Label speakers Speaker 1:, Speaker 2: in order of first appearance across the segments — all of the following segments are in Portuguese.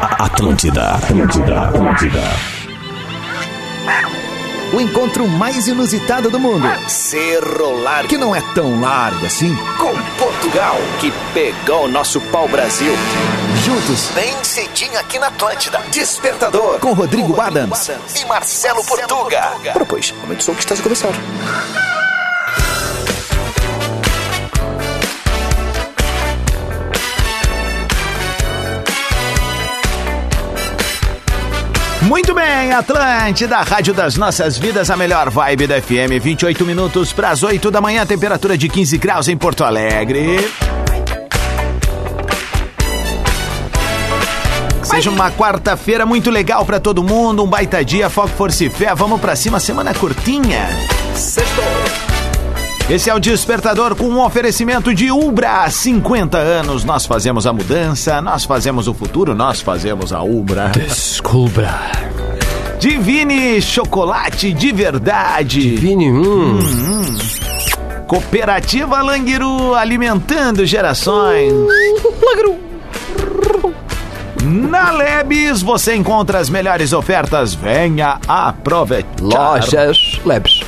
Speaker 1: Atlântida, Atlântida, Atlântida.
Speaker 2: O encontro mais inusitado do mundo,
Speaker 3: Cerro Largo,
Speaker 2: que não é tão largo assim.
Speaker 3: com Portugal, que pegou o nosso pau-brasil.
Speaker 2: Juntos,
Speaker 3: Bem cedinho aqui na Atlântida. Despertador,
Speaker 2: com Rodrigo Adams.
Speaker 3: e Marcelo Portuga. Ora, pois, aumenta o som que está a começar.
Speaker 2: Muito bem, Atlântida, Rádio das Nossas Vidas, a melhor vibe da FM. 28 minutos para as 8 da manhã, temperatura de 15 graus em Porto Alegre. Seja uma quarta-feira muito legal para todo mundo, um baita dia, foco, força e fé. Vamos para cima, semana curtinha. Esse é o Despertador com um oferecimento de Ubra. Há 50 anos nós fazemos a mudança, nós fazemos o futuro, nós fazemos a Ubra.
Speaker 4: Descubra.
Speaker 2: Divine Chocolate de Verdade.
Speaker 4: Vini, hum.
Speaker 2: Cooperativa Languiru alimentando gerações.
Speaker 4: Uh,
Speaker 2: Na Lebes você encontra as melhores ofertas. Venha aproveitar.
Speaker 4: Lojas Labs.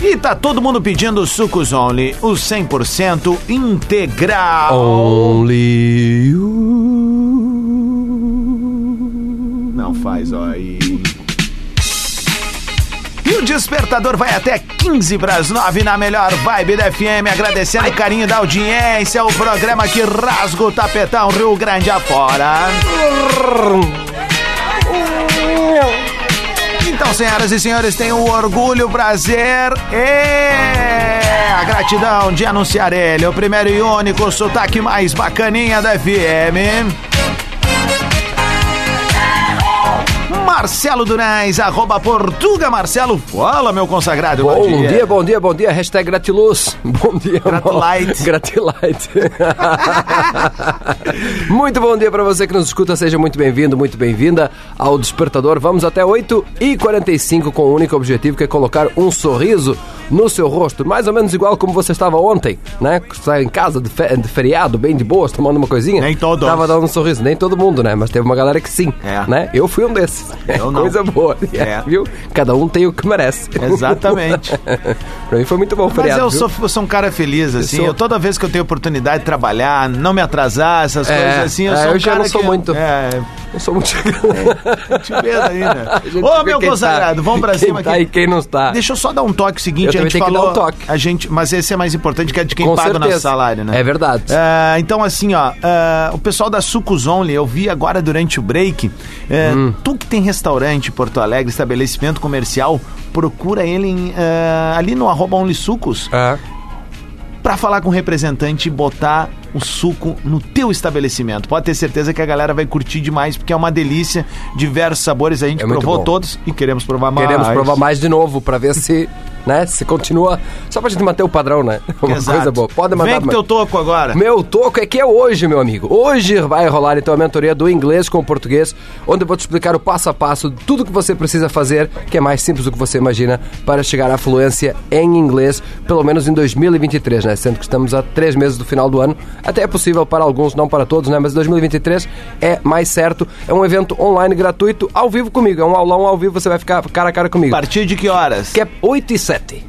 Speaker 2: E tá todo mundo pedindo sucos only, o 100% integral.
Speaker 4: Only you.
Speaker 2: Não faz ó, aí. E o despertador vai até 15 para as 9 na melhor vibe da FM, agradecendo o carinho da audiência, o programa que rasga o tapetão Rio Grande afora. Então, senhoras e senhores, tenho o orgulho, o prazer e a gratidão de anunciar ele, o primeiro e único sotaque mais bacaninha da FM. Marcelo Durais, arroba Portuga Marcelo. Fala, meu consagrado.
Speaker 4: Bom dia. bom dia, bom dia. Hashtag gratiluz. Bom dia, amor.
Speaker 2: Gratulite.
Speaker 4: Gratilite. muito bom dia pra você que nos escuta. Seja muito bem-vindo, muito bem-vinda ao Despertador. Vamos até 8h45 com o único objetivo que é colocar um sorriso no seu rosto. Mais ou menos igual como você estava ontem, né? Que Está em casa de, fe- de feriado, bem de boas, tomando uma coisinha.
Speaker 2: Nem todos.
Speaker 4: Tava dando um sorriso. Nem todo mundo, né? Mas teve uma galera que sim,
Speaker 2: É.
Speaker 4: né? Eu fui um desses.
Speaker 2: Eu não.
Speaker 4: Coisa boa.
Speaker 2: É.
Speaker 4: Viu? Cada um tem o que merece.
Speaker 2: Exatamente.
Speaker 4: pra mim foi muito bom o
Speaker 2: Mas
Speaker 4: feriado.
Speaker 2: eu
Speaker 4: viu?
Speaker 2: sou, eu sou um cara feliz, assim.
Speaker 4: sou.
Speaker 2: Eu, toda vez que eu tenho oportunidade de trabalhar, não me atrasar, essas
Speaker 4: É,
Speaker 2: coisas assim, eu
Speaker 4: é,
Speaker 2: sou um
Speaker 4: eu já
Speaker 2: cara
Speaker 4: não sou
Speaker 2: que-
Speaker 4: muito.
Speaker 2: É,
Speaker 4: Eu sou muito
Speaker 2: te vendo aí, né?
Speaker 4: gente
Speaker 2: Ô,
Speaker 4: vê
Speaker 2: meu
Speaker 4: quem tá-
Speaker 2: consagrado, vamos pra
Speaker 4: quem
Speaker 2: cima
Speaker 4: tá
Speaker 2: aqui.
Speaker 4: e quem não tá.
Speaker 2: Deixa eu só dar um toque seguinte,
Speaker 4: Eu
Speaker 2: a gente
Speaker 4: também tenho que
Speaker 2: falou.
Speaker 4: dar um toque.
Speaker 2: A gente, mas esse é mais importante que é de quem
Speaker 4: Com
Speaker 2: paga o nosso
Speaker 4: certeza.
Speaker 2: salário, né?
Speaker 4: É verdade.
Speaker 2: Ah, então, assim, ó, ah, o pessoal da Sucos Only, eu vi agora durante o break. eh,
Speaker 4: Hum.
Speaker 2: Tu que tem restaurante em Porto Alegre, estabelecimento comercial, procura ele em, ah, ali no arroba Only Sucos
Speaker 4: Ah,
Speaker 2: pra falar com o representante e botar o suco no teu estabelecimento. Pode ter certeza que a galera vai curtir demais, porque é uma delícia, diversos sabores. A gente
Speaker 4: É muito
Speaker 2: provou
Speaker 4: bom.
Speaker 2: todos e queremos provar mais.
Speaker 4: queremos provar mais de novo pra ver se, né, se continua. Só pra gente manter o padrão, né? Uma
Speaker 2: Exato.
Speaker 4: coisa boa. Pode mandar
Speaker 2: Vem com
Speaker 4: mais.
Speaker 2: teu toco agora.
Speaker 4: Meu toco é que é hoje, meu amigo. Hoje vai rolar então a mentoria do inglês com o português, onde eu vou te explicar o passo a passo, tudo que você precisa fazer, que é mais simples do que você imagina, para chegar à fluência em inglês, pelo menos em 2023, né? Sendo que estamos a três meses do final do ano. Até é possível para alguns, não para todos, né? Mas 2023 é mais certo. É um evento online gratuito, ao vivo comigo. É um aulão ao vivo, você vai ficar cara a cara
Speaker 2: A
Speaker 4: comigo.
Speaker 2: partir de que horas?
Speaker 4: Que é 8 e 7.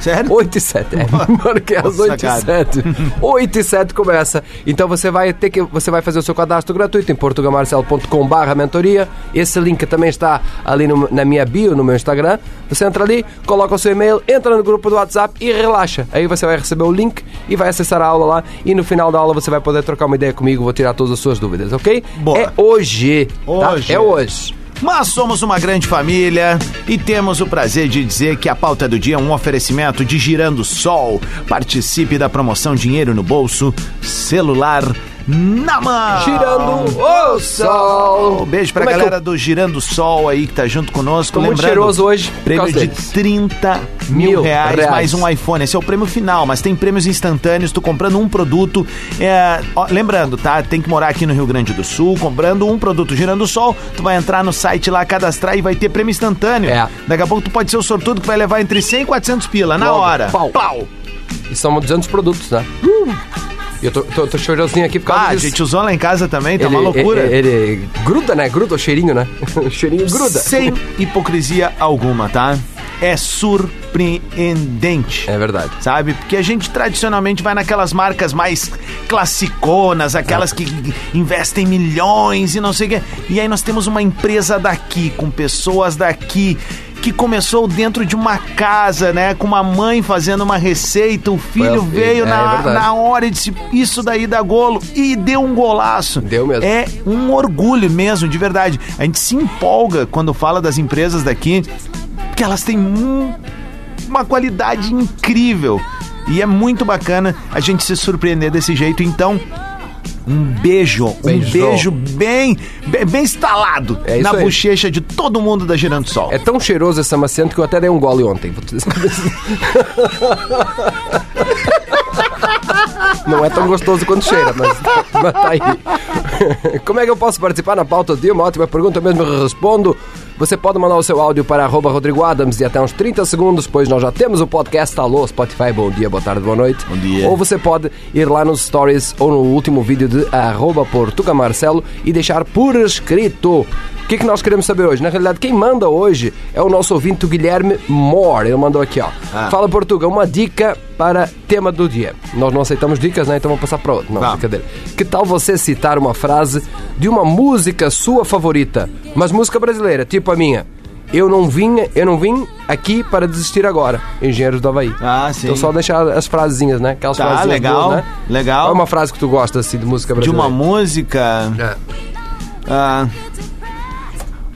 Speaker 2: Sério?
Speaker 4: 8 e 7, é. Marquei às
Speaker 2: Nossa,
Speaker 4: 8
Speaker 2: cara.
Speaker 4: e 7. 8 e 7 começa. Então você vai ter que. Você vai fazer o seu cadastro gratuito em portugamarcelo.com barra mentoria. Esse link também está ali no- na minha bio, no meu Instagram. Você entra ali, coloca o seu e-mail, entra no grupo do WhatsApp e relaxa. Aí você vai receber o link e vai acessar a aula lá. E no final da aula você vai poder trocar uma ideia comigo, vou tirar todas as suas dúvidas, ok?
Speaker 2: Boa.
Speaker 4: É hoje. tá?
Speaker 2: Hoje.
Speaker 4: É hoje.
Speaker 2: Mas somos uma grande família e temos o prazer de dizer que a pauta do dia é um oferecimento de Girando Sol. Participe da promoção Dinheiro no Bolso, celular na mão.
Speaker 4: Girando o sol.
Speaker 2: Um Ah. beijo pra
Speaker 4: Como é que
Speaker 2: galera
Speaker 4: eu-
Speaker 2: do Girando Sol aí que tá junto conosco.
Speaker 4: Tô muito
Speaker 2: Lembrando,
Speaker 4: cheiroso hoje por
Speaker 2: Prêmio
Speaker 4: causa
Speaker 2: de
Speaker 4: deles.
Speaker 2: 30 mil
Speaker 4: Mil
Speaker 2: reais,
Speaker 4: reais.
Speaker 2: mais um iPhone. Esse é o prêmio final, mas tem prêmios instantâneos. Tu comprando um produto. é, ó, lembrando, tá? Tem que morar aqui no Rio Grande do Sul. Comprando um produto Girando o Sol, tu vai entrar no site lá, cadastrar e vai ter prêmio instantâneo.
Speaker 4: É.
Speaker 2: Daqui a pouco tu pode ser o sortudo que vai levar entre 100 e 400 pila, na
Speaker 4: Logo.
Speaker 2: hora.
Speaker 4: Pau.
Speaker 2: Pau.
Speaker 4: E são 200 produtos, né? Eu tô, tô, tô cheirosinho aqui por causa
Speaker 2: Ah, a
Speaker 4: disso.
Speaker 2: gente usou lá em casa também, tá
Speaker 4: ele, é,
Speaker 2: uma loucura.
Speaker 4: Ele, ele gruda, né? Gruda o cheirinho, né? O cheirinho gruda.
Speaker 2: Sem hipocrisia alguma, tá? É surpreendente.
Speaker 4: É verdade.
Speaker 2: Sabe? Porque a gente tradicionalmente vai naquelas marcas mais classiconas, aquelas que investem milhões e não sei o quê. E aí nós temos uma empresa daqui, com pessoas daqui, que começou dentro de uma casa, né? Com uma mãe fazendo uma receita, o filho
Speaker 4: Foi,
Speaker 2: veio
Speaker 4: é, é
Speaker 2: na,
Speaker 4: verdade.
Speaker 2: na hora e disse: Isso daí dá golo. E deu um golaço.
Speaker 4: Deu mesmo.
Speaker 2: É um orgulho mesmo, de verdade. A gente se empolga quando fala das empresas daqui, porque elas têm um- uma qualidade incrível. E é muito bacana a gente se surpreender desse jeito. Então, um beijo, um
Speaker 4: Beijo.
Speaker 2: beijo bem, bem, bem estalado
Speaker 4: É isso
Speaker 2: na
Speaker 4: aí.
Speaker 2: bochecha de todo mundo da Girando Sol.
Speaker 4: É tão cheiroso esse amaciante que eu até dei um gole ontem. Não é tão gostoso quanto cheira, mas, mas tá aí. Como é que eu posso participar na pauta do dia? Uma ótima pergunta, eu mesmo respondo. Você pode mandar o seu áudio para arroba Rodrigo Adams de até uns 30 segundos, pois nós já temos o podcast. Alô, Spotify, bom dia, boa tarde, boa noite. Bom
Speaker 2: dia.
Speaker 4: Ou você pode ir lá nos stories ou no último vídeo de arroba Portuga Marcelo e deixar por escrito. O que, que nós queremos saber hoje? Na realidade, quem manda hoje é o nosso ouvinte, o Guilherme Moore. Ele mandou aqui, ó.
Speaker 2: Ah.
Speaker 4: Fala, Portuga, uma dica para tema do dia. Nós não aceitamos dicas, né? Então vamos passar para outro. Não,
Speaker 2: Tá.
Speaker 4: brincadeira. Que tal você citar uma frase de uma música sua favorita, mas música brasileira, tipo a minha? Eu não vinha, eu não vim aqui para desistir agora, Engenheiros do Havaí.
Speaker 2: Ah, sim.
Speaker 4: Então só deixar as frasezinhas, né? Aquelas
Speaker 2: Tá,
Speaker 4: frases
Speaker 2: legal,
Speaker 4: boas, né?
Speaker 2: legal.
Speaker 4: Qual é uma frase que tu gosta, assim, de música
Speaker 2: de uma
Speaker 4: brasileira?
Speaker 2: música.
Speaker 4: É.
Speaker 2: Ah,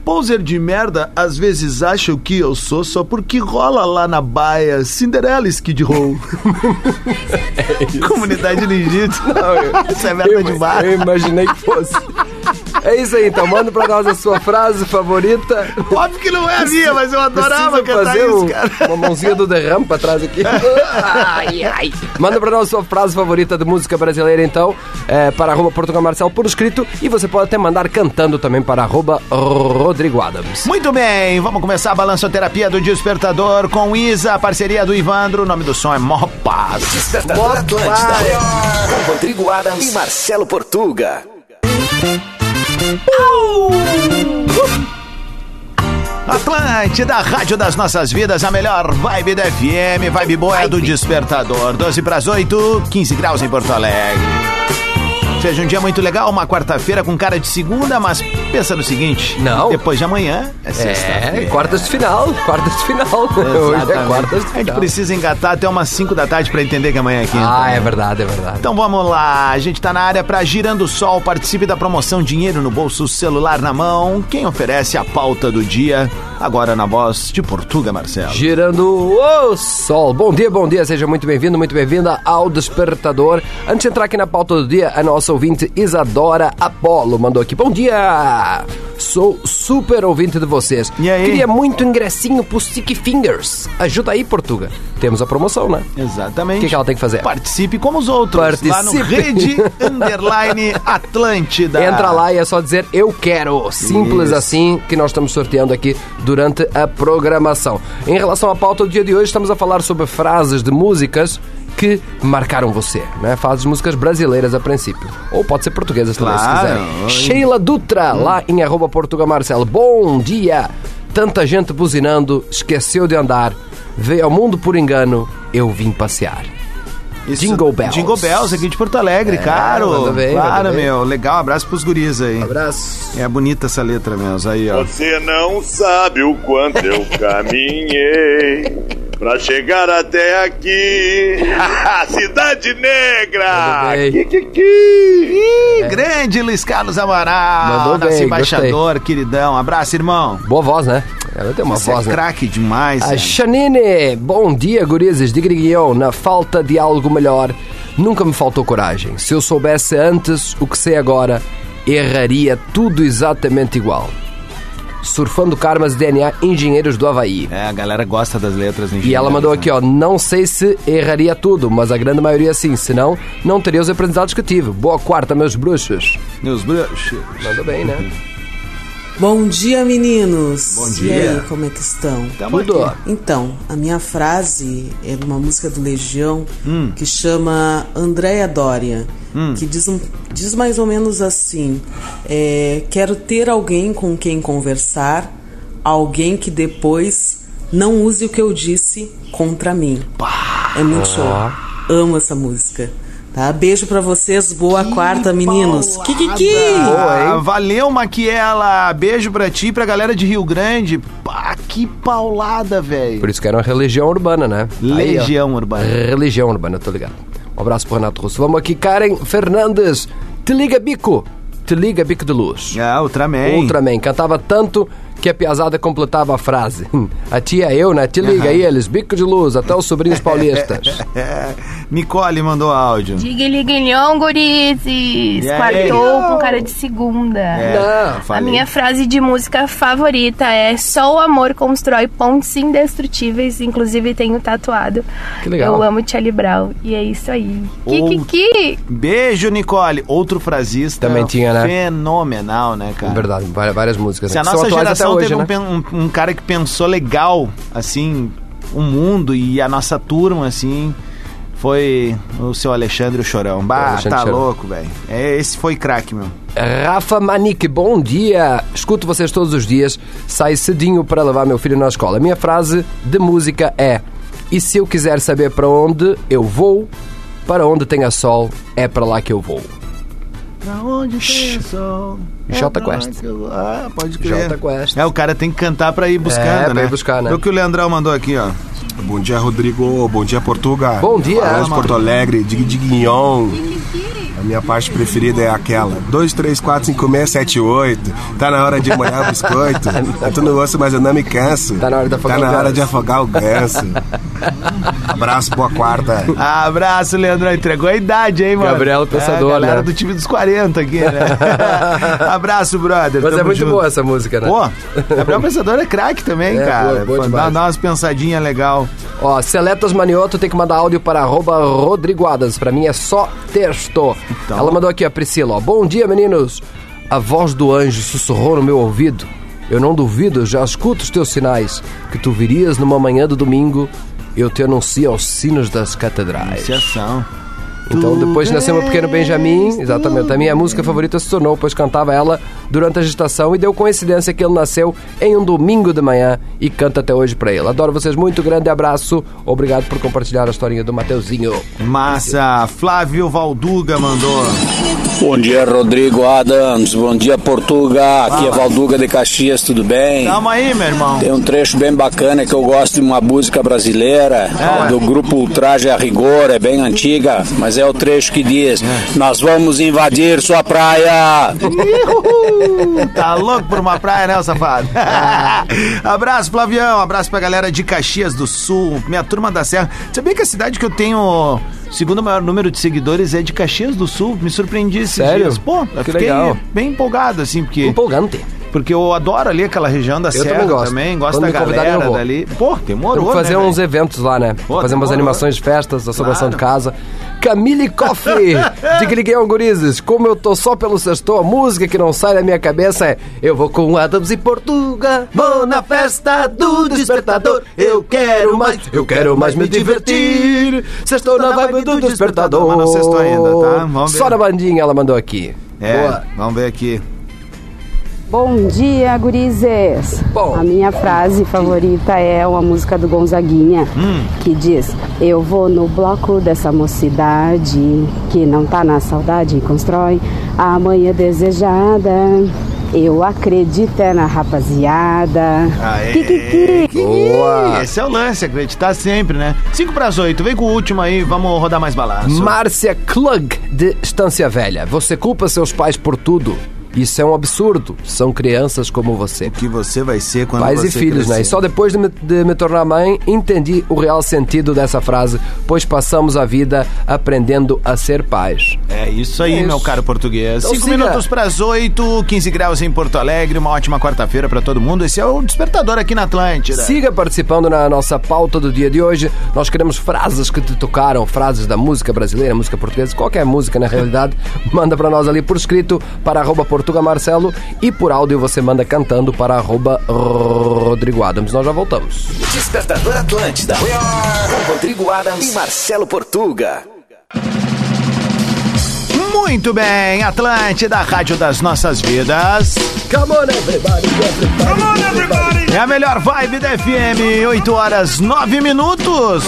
Speaker 2: Poser de merda às vezes acham que eu sou só porque rola lá na baia Cinderela Skid Row.
Speaker 4: É
Speaker 2: Comunidade Legito. Isso é merda de bar.
Speaker 4: Eu imaginei que fosse. É isso aí, então. Manda pra nós a sua frase favorita.
Speaker 2: Óbvio que não é a minha, mas eu adorava
Speaker 4: Precisa
Speaker 2: cantar
Speaker 4: fazer
Speaker 2: isso,
Speaker 4: um-
Speaker 2: cara.
Speaker 4: uma mãozinha do derrame pra trás aqui. Ai, ai. Manda pra nós sua frase favorita de música brasileira, então, é, para arroba Portugal Marcel por escrito. E você pode até mandar cantando também para arroba Rodrigo Adams.
Speaker 2: Muito bem, vamos começar a balançoterapia do despertador com Isa, a parceria do Ivandro. O nome do som é Mopas.
Speaker 3: Despertador Atlântida. Com Rodrigo Adams e Marcelo Portuga.
Speaker 2: Atlântida, Rádio das Nossas Vidas, a melhor vibe da FM, vibe boa é do despertador. 12 para as 8, 15 graus em Porto Alegre. Seja um dia muito legal, uma quarta-feira com cara de segunda, mas pensa no seguinte:
Speaker 4: Não.
Speaker 2: depois de amanhã é
Speaker 4: É,
Speaker 2: sexta-feira.
Speaker 4: quartas de final, quartas de final. Hoje é
Speaker 2: Exatamente.
Speaker 4: quartas de
Speaker 2: A gente
Speaker 4: final.
Speaker 2: precisa engatar até umas 5 da tarde para entender que amanhã é quinta.
Speaker 4: Ah, é verdade, é verdade.
Speaker 2: Então vamos lá, a gente tá na área pra Girando o Sol, participe da promoção Dinheiro no Bolso, celular na mão. Quem oferece a pauta do dia, agora na voz de Portuga, Marcelo.
Speaker 4: Girando o sol. Bom dia, bom dia, seja muito bem-vindo, muito bem-vinda ao Despertador. Antes de entrar aqui na pauta do dia, a nossa ouvinte Isadora Apolo mandou aqui. Bom dia! Sou super ouvinte de vocês.
Speaker 2: E aí?
Speaker 4: Queria muito ingressinho pro Stick Fingers. Ajuda aí, Portuga. Temos a promoção, né? O
Speaker 2: Exatamente.
Speaker 4: que, que ela tem que fazer?
Speaker 2: Participe como os outros. Lá no
Speaker 4: Participe.
Speaker 2: Rede Underline Atlântida.
Speaker 4: Entra lá e é só dizer eu quero. Simples
Speaker 2: Isso.
Speaker 4: assim que nós estamos sorteando aqui durante a programação. Em relação à pauta do dia de hoje, estamos a falar sobre frases de músicas que marcaram você, né? Frases de músicas brasileiras a princípio. Ou pode ser portuguesas
Speaker 2: Claro.
Speaker 4: também, se
Speaker 2: Oi.
Speaker 4: quiser. Sheila Dutra, lá em arroba Portuga Marcelo. Bom dia! Tanta gente buzinando, esqueceu de andar, veio ao mundo por engano, eu vim passear.
Speaker 2: Isso.
Speaker 4: Jingle Bells. É,
Speaker 2: Jingle Bells aqui de Porto Alegre,
Speaker 4: manda
Speaker 2: caro.
Speaker 4: bem,
Speaker 2: claro,
Speaker 4: manda bem.
Speaker 2: meu. Legal, abraço pros guris aí.
Speaker 4: Abraço. É.
Speaker 2: É bonita essa letra, meus. Aí, ó.
Speaker 5: Você não sabe o quanto eu caminhei pra chegar até aqui. Cidade Negra!
Speaker 4: Tudo bem.
Speaker 5: Ki, ki, ki.
Speaker 2: Ih, Grande Luiz Carlos Amaral,
Speaker 4: Mandou
Speaker 2: nosso
Speaker 4: bem,
Speaker 2: embaixador, queridão. Abraço, irmão.
Speaker 4: Boa voz, né? Ela tem uma
Speaker 2: Você
Speaker 4: voz,
Speaker 2: é
Speaker 4: né?
Speaker 2: craque demais.
Speaker 4: A
Speaker 2: né?
Speaker 4: Janine, bom dia, gurizes de Griguião. Na falta de algo melhor, nunca me faltou coragem. Se eu soubesse antes o que sei agora, erraria tudo exatamente igual. Surfando Karmas DNA Engenheiros do Havaí.
Speaker 2: É, a galera gosta das letras. né?
Speaker 4: E ela mandou aqui, ó, não sei se erraria tudo, mas a grande maioria sim, senão não teria os aprendizados que tive. Boa quarta, meus bruxos.
Speaker 2: Meus bruxos.
Speaker 4: Manda bem, né?
Speaker 6: Bom dia, meninos. Bom
Speaker 2: dia.
Speaker 6: E aí, como é que estão?
Speaker 2: Tamo
Speaker 4: Tudo.
Speaker 2: aqui.
Speaker 6: Então, a minha frase é de uma música do Legião que chama Andréia Dória, que diz, um- diz mais ou menos assim: é, Quero ter alguém com quem conversar, alguém que depois não use o que eu disse contra mim. É muito show. Amo essa música. Tá? Beijo pra vocês, boa quarta, meninos. Kikiki!
Speaker 2: Ah, valeu, Maquiela. Beijo pra ti e pra galera de Rio Grande. Pá, que paulada, velho.
Speaker 4: Por isso que era uma religião urbana, né? Aí, ó.
Speaker 2: Legião Urbana.
Speaker 4: Religião urbana, tô ligado. Um abraço pro Renato Russo. Vamos aqui, Karen Fernandes. Te liga, bico. Te liga, bico de luz.
Speaker 2: Ah, Ultraman.
Speaker 4: Ultraman. Cantava tanto que a piazada completava a frase. A tia eu, né? Te liga aí, eles, bico de luz, até os sobrinhos paulistas.
Speaker 2: É, Nicole mandou áudio.
Speaker 7: Diga liguilhão, gurizes!
Speaker 2: E aí?
Speaker 7: Quartou com cara de segunda.
Speaker 4: Não,
Speaker 7: A
Speaker 2: É, falei.
Speaker 7: minha frase de música favorita é Só o amor constrói pontes indestrutíveis, inclusive tenho tatuado.
Speaker 4: Que legal.
Speaker 7: Eu amo Charlie Brown. E é isso aí.
Speaker 2: Ou-
Speaker 7: Kikiki!
Speaker 2: Beijo, Nicole. Outro frasista.
Speaker 4: Também tinha, né?
Speaker 2: Fenomenal, né, cara?
Speaker 4: Verdade, várias, várias músicas.
Speaker 2: Se a
Speaker 4: né, que são
Speaker 2: nossa
Speaker 4: atuais até
Speaker 2: geração
Speaker 4: hoje,
Speaker 2: teve um
Speaker 4: né?
Speaker 2: pen- um, um cara que pensou legal, assim, o mundo e a nossa turma, assim, foi o seu Alexandre o Chorão. Bah,
Speaker 4: Alexandre
Speaker 2: tá
Speaker 4: Chorão.
Speaker 2: louco, velho. É, esse foi craque, meu.
Speaker 4: Rafa Manique, bom dia. Escuto vocês todos os dias. Saio cedinho para levar meu filho na escola. Minha frase de música é: E se eu quiser saber para onde eu vou, para onde tenha sol, é para lá que eu vou.
Speaker 2: Pra onde tem sol? É
Speaker 4: Jota Quest.
Speaker 2: Ah, pode
Speaker 4: Jota
Speaker 2: crer.
Speaker 4: Quest.
Speaker 2: É, o cara tem que cantar pra ir buscando,
Speaker 4: É, pra
Speaker 2: né?
Speaker 4: ir buscar, né?
Speaker 2: Foi o que o Leandrão mandou aqui, ó.
Speaker 8: Bom dia, Rodrigo. Bom dia, Portuga.
Speaker 4: Bom dia.
Speaker 8: Fala de Porto Alegre, dig diguinhon. A minha parte preferida é aquela. 2, 3, 4, 5, 6, 7, 8. Tá na hora de molhar o biscoito. Eu tô no osso, mas eu não me canso.
Speaker 4: Tá na hora de afogar
Speaker 8: Tá
Speaker 4: o
Speaker 8: na hora
Speaker 4: ganso.
Speaker 8: de afogar o ganso. Abraço, boa quarta.
Speaker 2: Abraço, Leandrão. Entregou a idade, hein, mano?
Speaker 4: Gabriel Pensador,
Speaker 2: é, a galera
Speaker 4: né?
Speaker 2: do time dos 40 aqui, né? Abraço, brother.
Speaker 4: Mas é
Speaker 2: Tamo
Speaker 4: muito
Speaker 2: junto.
Speaker 4: boa essa música, né?
Speaker 2: Pô, Gabriel Pensador é craque também,
Speaker 4: É,
Speaker 2: cara.
Speaker 4: boa, boa
Speaker 2: Pô, dá,
Speaker 4: demais.
Speaker 2: dá umas pensadinhas legal.
Speaker 4: Ó, Seletas Manioto tem que mandar áudio para arroba Rodrigo Adams. Pra mim é só texto. Ela mandou aqui a Priscila, ó. Bom dia, meninos. A voz do anjo sussurrou no meu ouvido. Eu não duvido, já escuto os teus sinais. Que tu virias numa manhã do domingo, eu te anuncio aos sinos das catedrais.
Speaker 2: é Iniciação.
Speaker 4: Então, depois de nascer meu pequeno Benjamin, exatamente, a minha música favorita se tornou, pois cantava ela durante a gestação e deu coincidência que ele nasceu em um domingo de manhã e canta até hoje pra ele. Adoro vocês muito, grande abraço, obrigado por compartilhar a historinha do Mateuzinho.
Speaker 2: Massa. Flávio Valduga mandou.
Speaker 9: Bom dia, Rodrigo Adams. Bom dia, Portuga. Aqui é Valduga de Caxias, tudo bem?
Speaker 2: Calma aí, meu irmão.
Speaker 9: Tem um trecho bem bacana que eu gosto de uma música brasileira do grupo Ultraje a Rigor, é bem antiga, mas é o trecho que diz: Nós vamos invadir sua praia.
Speaker 2: Ihuhu! tá louco por uma praia, né, o safado? abraço, Flavião. Abraço pra galera de Caxias do Sul, minha turma da Serra. Sabia que a cidade que eu tenho o segundo maior número de seguidores é de Caxias do Sul? Me surpreendi esses
Speaker 4: Sério?
Speaker 2: dias. Pô, eu
Speaker 4: Que
Speaker 2: fiquei
Speaker 4: legal.
Speaker 2: bem empolgado, assim, porque...
Speaker 4: Empolgante.
Speaker 2: Porque eu adoro ali aquela região da Serra
Speaker 4: também gosto.
Speaker 2: gosto
Speaker 4: Quando
Speaker 2: da
Speaker 4: me convidarem, eu
Speaker 2: galera
Speaker 4: vou.
Speaker 2: dali. Pô, demorou,
Speaker 4: Vamos fazer
Speaker 2: né,
Speaker 4: uns
Speaker 2: velho?
Speaker 4: eventos lá, né?
Speaker 2: Pô,
Speaker 4: fazer umas
Speaker 2: demorou.
Speaker 4: animações de festas, da sobração
Speaker 2: Claro.
Speaker 4: de casa. Camille Coffee, de Grigueão Gurizes. Como eu tô só pelo sexto, a música que não sai da minha cabeça é Eu vou com Adams e Portuga, vou na festa do despertador. Eu quero mais, eu quero mais me divertir. Sextou na vibe do despertador.
Speaker 2: Mas não sextou ainda, tá? Vamos ver.
Speaker 4: Só na bandinha ela mandou aqui.
Speaker 2: É,
Speaker 4: Boa.
Speaker 2: vamos ver aqui.
Speaker 10: Bom dia, gurizes!
Speaker 4: Bom.
Speaker 10: A minha frase favorita é uma música do Gonzaguinha,
Speaker 4: Hum.
Speaker 10: que diz Eu vou no bloco dessa mocidade que não tá na saudade e constrói a manhã desejada. Eu acredito é na rapaziada.
Speaker 2: Aê.
Speaker 4: Boa.
Speaker 2: Esse é o lance, acreditar sempre, né? 5 pras 8, vem com o último aí, vamos rodar mais balanço.
Speaker 4: Márcia Klug, de Estância Velha. Você culpa seus pais por tudo. Isso é um absurdo. São crianças como você.
Speaker 2: que você vai ser quando
Speaker 4: Pais e filhos, né? E só depois de me, de me tornar mãe, entendi o real sentido dessa frase, pois passamos a vida aprendendo a ser pais.
Speaker 2: É isso aí,
Speaker 4: É isso.
Speaker 2: meu caro português.
Speaker 4: Então
Speaker 2: 5
Speaker 4: siga.
Speaker 2: minutos pras 8, 15 graus em Porto Alegre, uma ótima quarta-feira pra todo mundo. Esse é o Despertador aqui na Atlântida.
Speaker 4: Siga participando na nossa pauta do dia de hoje. Nós queremos frases que te tocaram, frases da música brasileira, música portuguesa, qualquer música na realidade. Manda para nós ali por escrito para arroba portuga Portuga Marcelo e por áudio você manda cantando para arroba Rodrigo Adams. Nós já voltamos.
Speaker 3: Despertador Atlântida. Com Rodrigo Adams e Marcelo Portuga.
Speaker 2: Muito bem, Atlântida, Rádio das Nossas Vidas.
Speaker 4: Come on, everybody, everybody.
Speaker 2: É a melhor vibe da FM, 8 horas 9 minutos.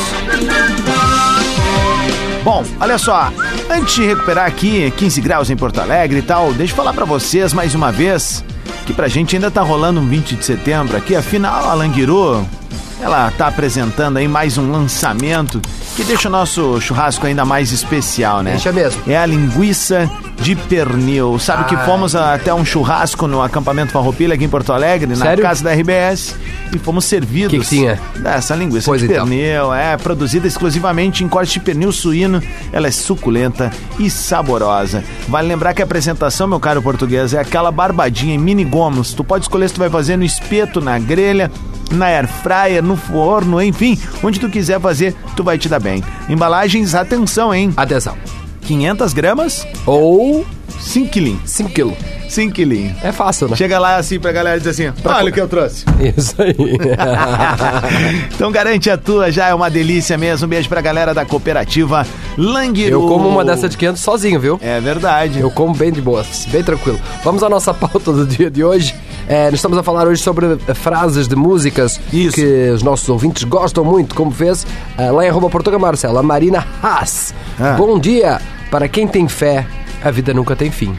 Speaker 2: Bom, olha só, antes de recuperar aqui 15 graus em Porto Alegre e tal, deixa eu falar pra vocês mais uma vez que pra gente ainda tá rolando um 20 de setembro aqui, afinal a Languiru, ela tá apresentando aí mais um lançamento que deixa o nosso churrasco ainda mais especial, né?
Speaker 4: Deixa mesmo.
Speaker 2: É a linguiça de pernil. Sabe
Speaker 4: Ah.
Speaker 2: que fomos até um churrasco no acampamento Farroupilha aqui em Porto Alegre, na
Speaker 4: Sério?
Speaker 2: casa da RBS, e fomos servidos
Speaker 4: Que que tinha?
Speaker 2: dessa linguiça
Speaker 4: Pois
Speaker 2: de
Speaker 4: então.
Speaker 2: pernil. É produzida exclusivamente em corte de pernil suíno. Ela é suculenta e saborosa. Vale lembrar que a apresentação, meu caro português, é aquela barbadinha em mini gomos. Tu pode escolher se tu vai fazer no espeto, na grelha, na air fryer, no forno, enfim, onde tu quiser fazer, tu vai te dar bem. Embalagens, atenção, hein?
Speaker 4: Atenção.
Speaker 2: 500 gramas,
Speaker 4: Ou
Speaker 2: 5 quilinhos.
Speaker 4: 5 quilos.
Speaker 2: 5 quilinhos.
Speaker 4: É fácil, né?
Speaker 2: Chega lá assim pra galera e diz assim: olha o que eu trouxe.
Speaker 4: Isso aí.
Speaker 2: Então garante a tua, já é uma delícia mesmo. Um beijo pra galera da cooperativa Languiru.
Speaker 4: Eu como uma dessa de 500 sozinho, viu?
Speaker 2: É verdade.
Speaker 4: Eu como bem de boas, bem tranquilo. Vamos à nossa pauta do dia de hoje. É, nós estamos a falar hoje sobre eh, frases de músicas
Speaker 2: Isso.
Speaker 4: que os nossos ouvintes gostam muito, como fez eh, lá em arroba Portuga Marcela, a Marina Haas.
Speaker 2: Ah.
Speaker 4: Bom dia! Para quem tem fé, a vida nunca tem fim.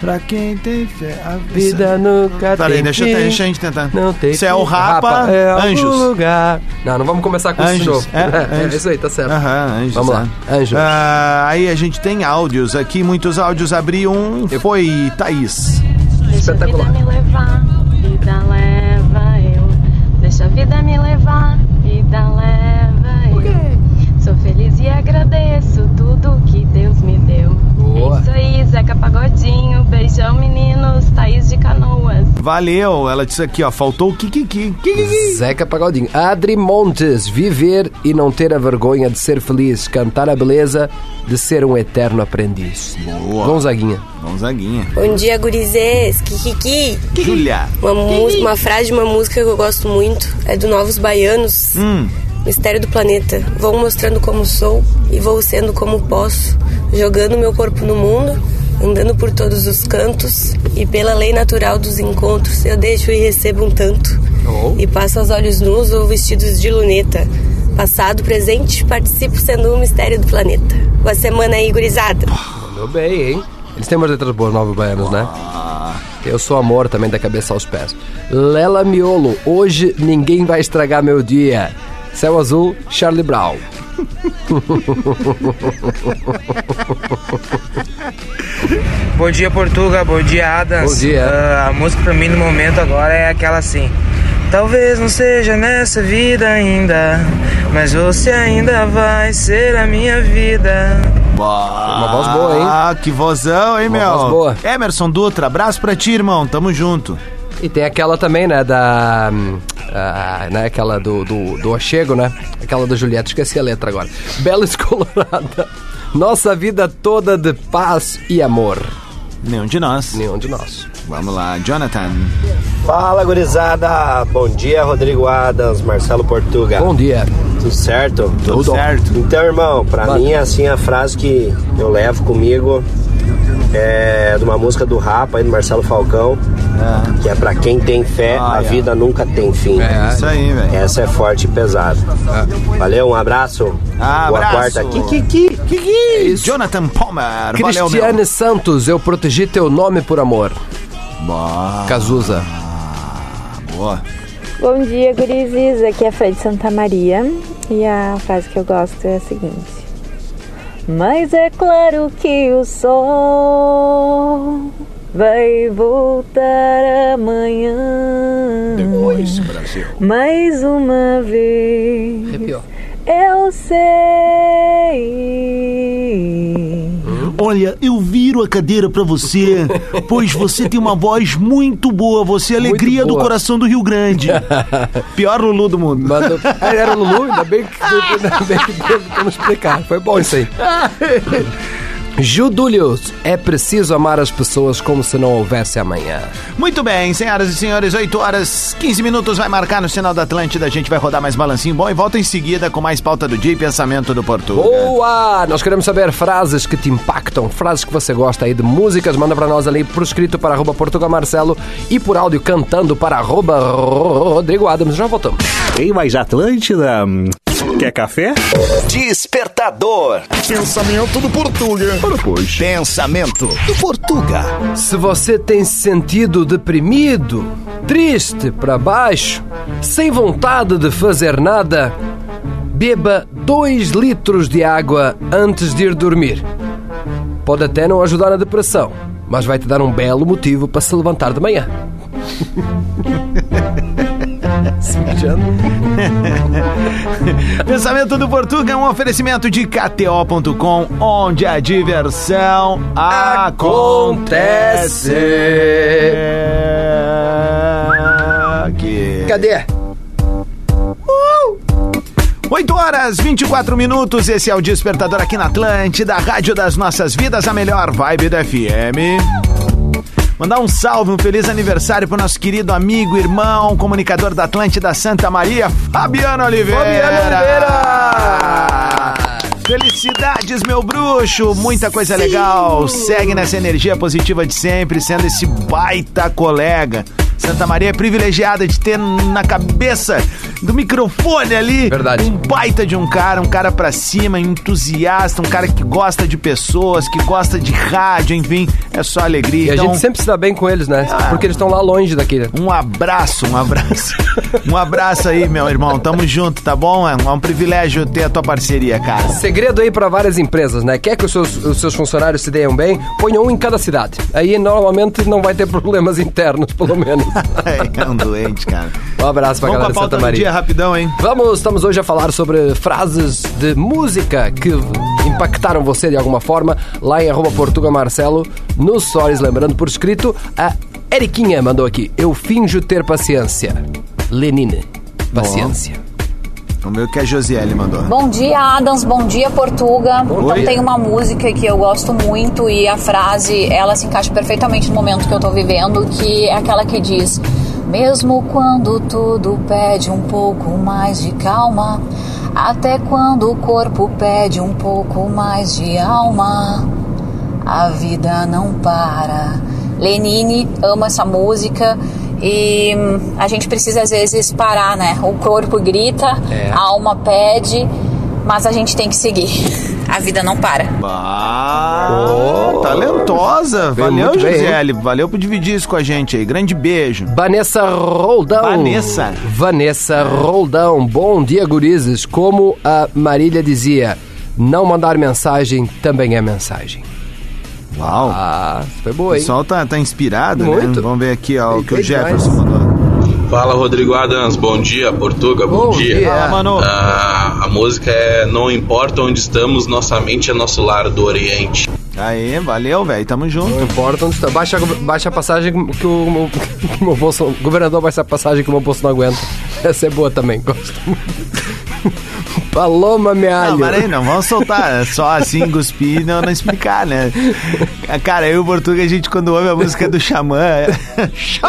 Speaker 2: Pra quem tem fé, a é
Speaker 4: Vida nunca
Speaker 2: Peraí,
Speaker 4: tem
Speaker 2: deixa, eu
Speaker 4: fim.
Speaker 2: te- deixa a gente tentar.
Speaker 4: Não tem
Speaker 2: Isso é
Speaker 4: fim.
Speaker 2: o Rapa,
Speaker 4: é algum
Speaker 2: Anjos.
Speaker 4: lugar. Não, não vamos começar com esse
Speaker 2: Anjos,
Speaker 4: jogo.
Speaker 2: é, Anjos.
Speaker 4: isso aí, tá certo.
Speaker 2: Aham, anjos.
Speaker 4: Vamos lá,
Speaker 2: é.
Speaker 4: anjos.
Speaker 2: Ah, aí a gente tem áudios aqui, muitos áudios. Abri um, foi Thaís.
Speaker 7: Deixa a vida
Speaker 4: Espetacular.
Speaker 7: me levar, vida leva eu. Deixa a vida me levar, vida leva eu. Sou feliz e agradeço tudo que Deus me deu.
Speaker 4: Boa.
Speaker 7: É isso aí, Zeca Pagodinho. Beijão, meninos. Thaís de Canoas.
Speaker 2: Valeu, ela disse aqui, ó, faltou o Kikiki. Kikiki.
Speaker 4: Zeca Pagodinho. Adri Montes, viver e não ter a vergonha de ser feliz, cantar a beleza de ser um eterno aprendiz. Gonzaguinha.
Speaker 2: É um Gonzaguinha.
Speaker 11: Bom dia, gurizês. Kikiki.
Speaker 2: Julia.
Speaker 11: Uma, música, uma frase de uma música que eu gosto muito é do Novos Baianos. Mistério do Planeta. Vou mostrando como sou e vou sendo como posso, jogando meu corpo no mundo, andando por todos os cantos e pela lei natural dos encontros eu deixo e recebo um tanto. E passo aos olhos nus ou vestidos de luneta. Passado, presente, participo sendo um mistério do planeta. Boa semana aí, gurizada.
Speaker 4: Meu bem, hein? Eles têm umas letras boas, Novos Baianos, né? Eu sou amor também da cabeça aos pés. Lela Miolo, hoje ninguém vai estragar meu dia. Céu Azul, Charlie Brown.
Speaker 6: Bom dia, Portuga. Bom dia, Adams.
Speaker 4: Bom dia.
Speaker 6: Ah, a música pra mim no momento agora é aquela assim. Talvez não seja nessa vida ainda, mas você ainda vai ser a minha vida.
Speaker 4: Uma voz boa, hein?
Speaker 2: Ah, que vozão, hein,
Speaker 4: Uma
Speaker 2: meu?
Speaker 4: voz boa.
Speaker 2: Emerson Dutra, abraço pra ti, irmão. Tamo junto.
Speaker 4: E tem aquela também, né, da... hum, ah, né, aquela do, do, do Achego, né? Aquela da Julieta, esqueci a letra agora. Bela Escolorada. Nossa vida toda de paz e amor.
Speaker 2: Nenhum de nós.
Speaker 4: Nenhum de nós.
Speaker 2: Vamos lá, Jonathan.
Speaker 12: Fala, gurizada! Bom dia, Rodrigo Adams, Marcelo Portuga.
Speaker 4: Bom dia.
Speaker 12: Tudo certo?
Speaker 2: Tudo certo.
Speaker 12: Então, irmão, pra
Speaker 4: Vai.
Speaker 12: mim, assim, a frase que eu levo comigo é de uma música do Rapa, aí, do Marcelo Falcão, que é pra quem tem fé,
Speaker 2: Ah,
Speaker 12: a
Speaker 2: é.
Speaker 12: vida nunca tem fim.
Speaker 2: Isso aí, velho.
Speaker 12: Essa é forte e pesada. Valeu, um abraço.
Speaker 2: Ah,
Speaker 12: Boa
Speaker 2: É. abraço.
Speaker 12: quarta. Kiki.
Speaker 2: Kiki. Jonathan Palmer. Valeu,
Speaker 4: É Cristiane
Speaker 2: meu.
Speaker 4: Santos, eu protegi teu nome por amor.
Speaker 2: Boa,
Speaker 4: Cazuza.
Speaker 2: boa.
Speaker 13: Bom dia, gurizes. Aqui é a Fred Santa Maria e a frase que eu gosto é a seguinte: Mas é claro que o sol vai voltar amanhã. Depois, Brasil. Mais uma vez.
Speaker 4: Arrepiou.
Speaker 13: Eu sei.
Speaker 2: Olha, eu viro a cadeira pra você, pois você tem uma voz muito boa. Você é a alegria do
Speaker 4: boa.
Speaker 2: coração do Rio Grande. Pior Lulu do mundo.
Speaker 4: Mandou... Ah, Era o Lulu, ainda bem que ainda bem que temos que explicar. Foi bom isso aí. Judúlius, é preciso amar as pessoas como se não houvesse amanhã.
Speaker 2: Muito bem, senhoras e senhores, 8 horas 15 minutos vai marcar no sinal da Atlântida. A gente vai rodar mais balancinho bom e volta em seguida com mais pauta do dia e pensamento do Portugal.
Speaker 4: Boa! Nós queremos saber frases que te impactam, frases que você gosta aí de músicas. Manda pra nós ali por escrito para arroba Portugal Marcelo e por áudio cantando para arroba Rodrigo Adams. Já voltamos.
Speaker 14: Tem mais Atlântida? Quer café?
Speaker 3: Despertador.
Speaker 14: Pensamento do Portuga. Ora, pois.
Speaker 3: Pensamento do Portuga.
Speaker 4: Se você tem se sentido deprimido, triste, para baixo, sem vontade de fazer nada, beba 2 litros de água antes de ir dormir. Pode até não ajudar na depressão, mas vai te dar um belo motivo para se levantar de manhã.
Speaker 2: Pensamento do Portuga é um oferecimento de KTO.com, onde a diversão acontece. Aqui.
Speaker 4: Cadê?
Speaker 2: 8 horas 24 minutos, esse é o Despertador aqui na Atlântida, a Rádio das Nossas Vidas, a melhor vibe da FM. Mandar um salve, um feliz aniversário pro nosso querido amigo, irmão, comunicador da Atlântida Santa Maria, Fabiano Oliveira.
Speaker 4: Fabiano
Speaker 2: Oliveira! Felicidades, meu bruxo! Muita coisa legal. Segue nessa energia positiva de sempre, sendo esse baita colega. Santa Maria é privilegiada de ter na cabeça do microfone ali Verdade. um baita de um cara, um cara pra cima, entusiasta, um cara que gosta de pessoas, que gosta de rádio, enfim, é só alegria.
Speaker 4: E a
Speaker 2: Então, Ah.
Speaker 4: gente sempre se dá bem com eles, né? Porque eles estão lá longe daqui. né?
Speaker 2: um abraço, um abraço. um abraço aí, meu irmão. Tamo junto, tá bom? É um é um privilégio ter a tua parceria, cara.
Speaker 4: Segredo aí para várias empresas, né? Quer que os seus, os seus funcionários se deem bem? Ponha um em cada cidade. Aí normalmente não vai ter problemas internos, pelo menos.
Speaker 2: é um doente, cara.
Speaker 4: Um abraço pra
Speaker 2: Vamos pra
Speaker 4: galera de Santa
Speaker 2: pauta do
Speaker 4: Maria.
Speaker 2: dia rapidão, hein?
Speaker 4: Vamos, estamos hoje a falar sobre frases de música que impactaram você de alguma forma lá em arroba Portuga Marcelo nos stories, lembrando por escrito, a Eriquinha mandou aqui. Eu finjo ter paciência. Lenine. Paciência.
Speaker 2: O meu que a Josiele mandou.
Speaker 11: Bom dia, Adams. Bom dia, Portuga. Então
Speaker 2: dia.
Speaker 11: tem uma música que eu gosto muito e a frase, ela se encaixa perfeitamente no momento que eu tô vivendo, que é aquela que diz: Mesmo quando tudo pede um pouco mais de calma, até quando o corpo pede um pouco mais de alma, a vida não para. Lenine ama essa música e hum, a gente precisa às vezes parar, né? O corpo grita,
Speaker 4: É.
Speaker 11: a alma pede, mas a gente tem que seguir. A vida não para.
Speaker 2: Ah, talentosa.
Speaker 4: Veio
Speaker 2: Valeu,
Speaker 4: muito bem, hein?
Speaker 2: Gisele. Valeu por dividir isso com a gente aí. Grande beijo.
Speaker 4: Vanessa Roldão.
Speaker 2: Vanessa.
Speaker 4: Vanessa Roldão. Bom dia, gurizes. Como a Marília dizia, não mandar mensagem também é mensagem.
Speaker 2: Uau.
Speaker 4: Ah, foi
Speaker 2: O
Speaker 4: boa, hein?
Speaker 2: pessoal tá, tá inspirado, né?
Speaker 4: Muito.
Speaker 2: Vamos ver aqui ó, o que o
Speaker 4: Bem
Speaker 2: Jefferson
Speaker 4: demais.
Speaker 2: mandou.
Speaker 15: Fala Rodrigo Adams, bom dia Portuga, bom,
Speaker 4: Bom
Speaker 15: dia.
Speaker 4: dia. Fala,
Speaker 2: mano.
Speaker 15: Ah, a música é Não Importa Onde Estamos, Nossa Mente é Nosso Lar do Oriente.
Speaker 2: Aí, valeu, velho. Tamo
Speaker 4: Não
Speaker 2: junto.
Speaker 4: importa onde está. Baixa, baixa a passagem que o, meu- que o meu bolso. O governador baixa a passagem que o meu bolso não aguenta. Essa é boa também, gosto muito. Paloma
Speaker 2: Não,
Speaker 4: Mealho.
Speaker 2: peraí, não vamos soltar. É Só assim, cuspir e não, não explicar, né? Cara, eu e o Portuga, a gente quando ouve a música do Xamã,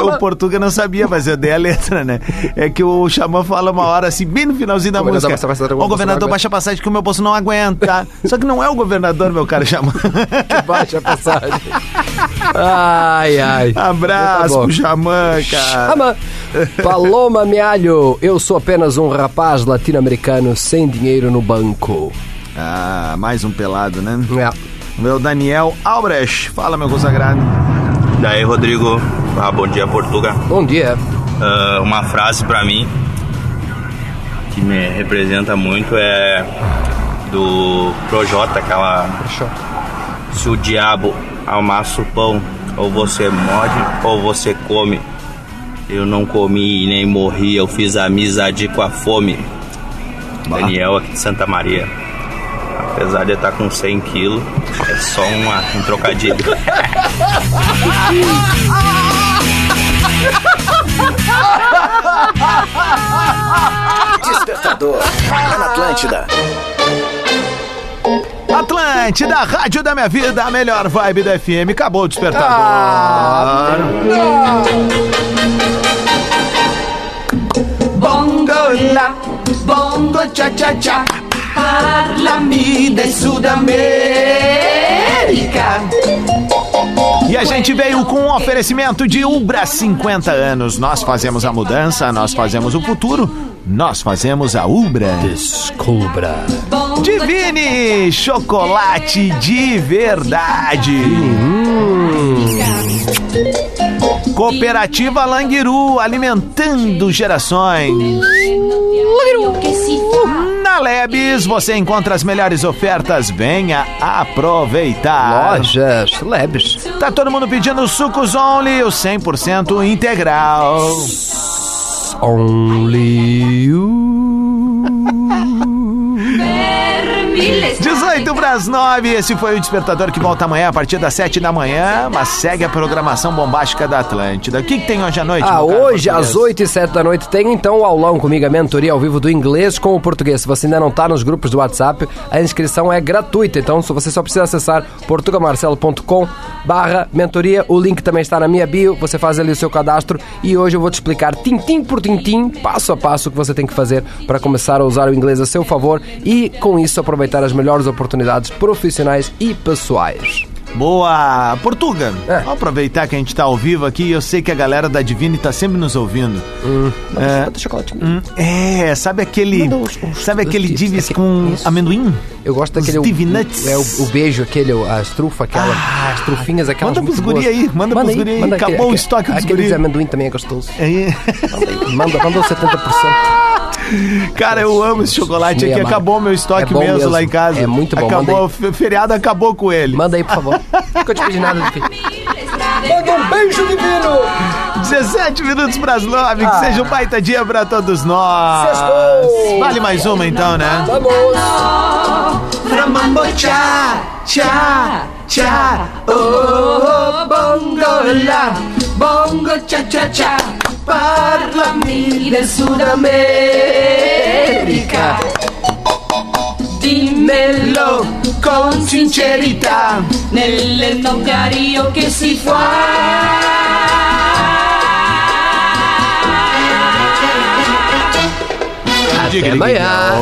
Speaker 2: o Portuga não sabia, mas eu dei a letra, né? É que o Xamã fala uma hora assim, bem no finalzinho da
Speaker 4: O governador
Speaker 2: música.
Speaker 4: baixa a passagem que
Speaker 2: o
Speaker 4: o meu bolso
Speaker 2: governador
Speaker 4: não
Speaker 2: baixa a passagem que o meu bolso não aguenta. Só que não é o governador, meu cara, Xamã.
Speaker 4: Tá Baixa a passagem. Ai, ai.
Speaker 2: Abraço
Speaker 4: Tá bom.
Speaker 2: pro Xamã, cara.
Speaker 4: Chama. Paloma Mealho. Eu sou apenas um rapaz latino-americano sem dinheiro no banco. É.
Speaker 2: Ah, mais um pelado, né? Meu Daniel Albrecht. Fala, meu consagrado.
Speaker 12: Daí, Rodrigo. Ah, bom dia, Portuga.
Speaker 4: Bom dia.
Speaker 12: Ah, uma frase pra mim que me representa muito é do Projota, aquela. Se o diabo amassa o pão, ou você morde ou você come. Eu não comi e nem morri, eu fiz amizade com a fome. Daniel aqui de Santa Maria. Apesar de eu estar com 100 quilos, é só uma, um trocadilho.
Speaker 3: Despertador. Na Atlântida.
Speaker 2: Atlântida. Atlântida, rádio da minha vida, a melhor vibe da FM. Acabou o despertador.
Speaker 16: Ah. Bongo la, bongo cha cha cha, parlami de Sudamérica.
Speaker 2: E a gente veio com um oferecimento de Ubra 50 anos. Nós fazemos a mudança, nós fazemos o futuro, nós fazemos a Ubra. Descubra. Divine chocolate de verdade. Hum. Cooperativa Languiru alimentando gerações. Na Lebes você encontra as melhores ofertas. Venha aproveitar.
Speaker 4: Lojas Lebes.
Speaker 2: Tá todo mundo pedindo sucos only, o 100% integral.
Speaker 4: Only you.
Speaker 2: 18 para as 9, esse foi o Despertador que volta amanhã a partir das 7 da manhã, mas segue a programação bombástica da Atlântida. O que, que tem hoje à noite?
Speaker 4: Ah,
Speaker 2: meu caro
Speaker 4: hoje
Speaker 2: português?
Speaker 4: às 8 e 7 da noite tem então o aulão comigo, a mentoria ao vivo do inglês com o português. Se você ainda não tá nos grupos do WhatsApp, a inscrição é gratuita, então só- você só precisa acessar portugamarcelo.com barra mentoria, o link também está na minha bio, você faz ali o seu cadastro e hoje eu vou te explicar tintim por tintim, passo a passo o que você tem que fazer para começar a usar o inglês a seu favor e com isso aproveitar as melhores oportunidades profissionais e pessoais.
Speaker 2: Boa! Portuga,
Speaker 4: É.
Speaker 2: vamos aproveitar que a gente tá ao vivo aqui e eu sei que a galera da Divine tá sempre nos ouvindo. é, Hum, é, sabe aquele. Sabe aquele Divis com amendoim?
Speaker 4: Eu gosto daquele.
Speaker 2: Steve
Speaker 4: o,
Speaker 2: Nuts. Ah,
Speaker 4: É o, o beijo, aquele, a estrufa, aquela. as trufinhas, aquelas.
Speaker 2: manda pros
Speaker 4: muito boas.
Speaker 2: guri aí, manda pros guri aí, acabou o estoque dos
Speaker 4: aquele
Speaker 2: guri.
Speaker 4: de amendoim também é gostoso.
Speaker 2: É.
Speaker 4: Manda, manda o 70%.
Speaker 2: Cara, eu amo esse chocolate
Speaker 4: Meia
Speaker 2: aqui.
Speaker 4: marca.
Speaker 2: Acabou meu estoque
Speaker 4: É bom
Speaker 2: mesmo,
Speaker 4: mesmo.
Speaker 2: lá em casa.
Speaker 4: É muito bom,
Speaker 2: Acabou,
Speaker 4: manda
Speaker 2: o fe- feriado acabou com ele.
Speaker 4: Manda aí, por favor. Nunca te pedi nada, filho.
Speaker 16: Manda um beijo divino.
Speaker 2: 17 minutos pras 9, que seja um baita dia pra todos nós.
Speaker 16: Sextou.
Speaker 2: Vale mais uma então, né?
Speaker 16: Ramambo cha cha cha oh bongo la bongo cha cha cha parlami del Sudamerica dimmelo con sincerità nelle tocario che si fa
Speaker 2: Até amanhã.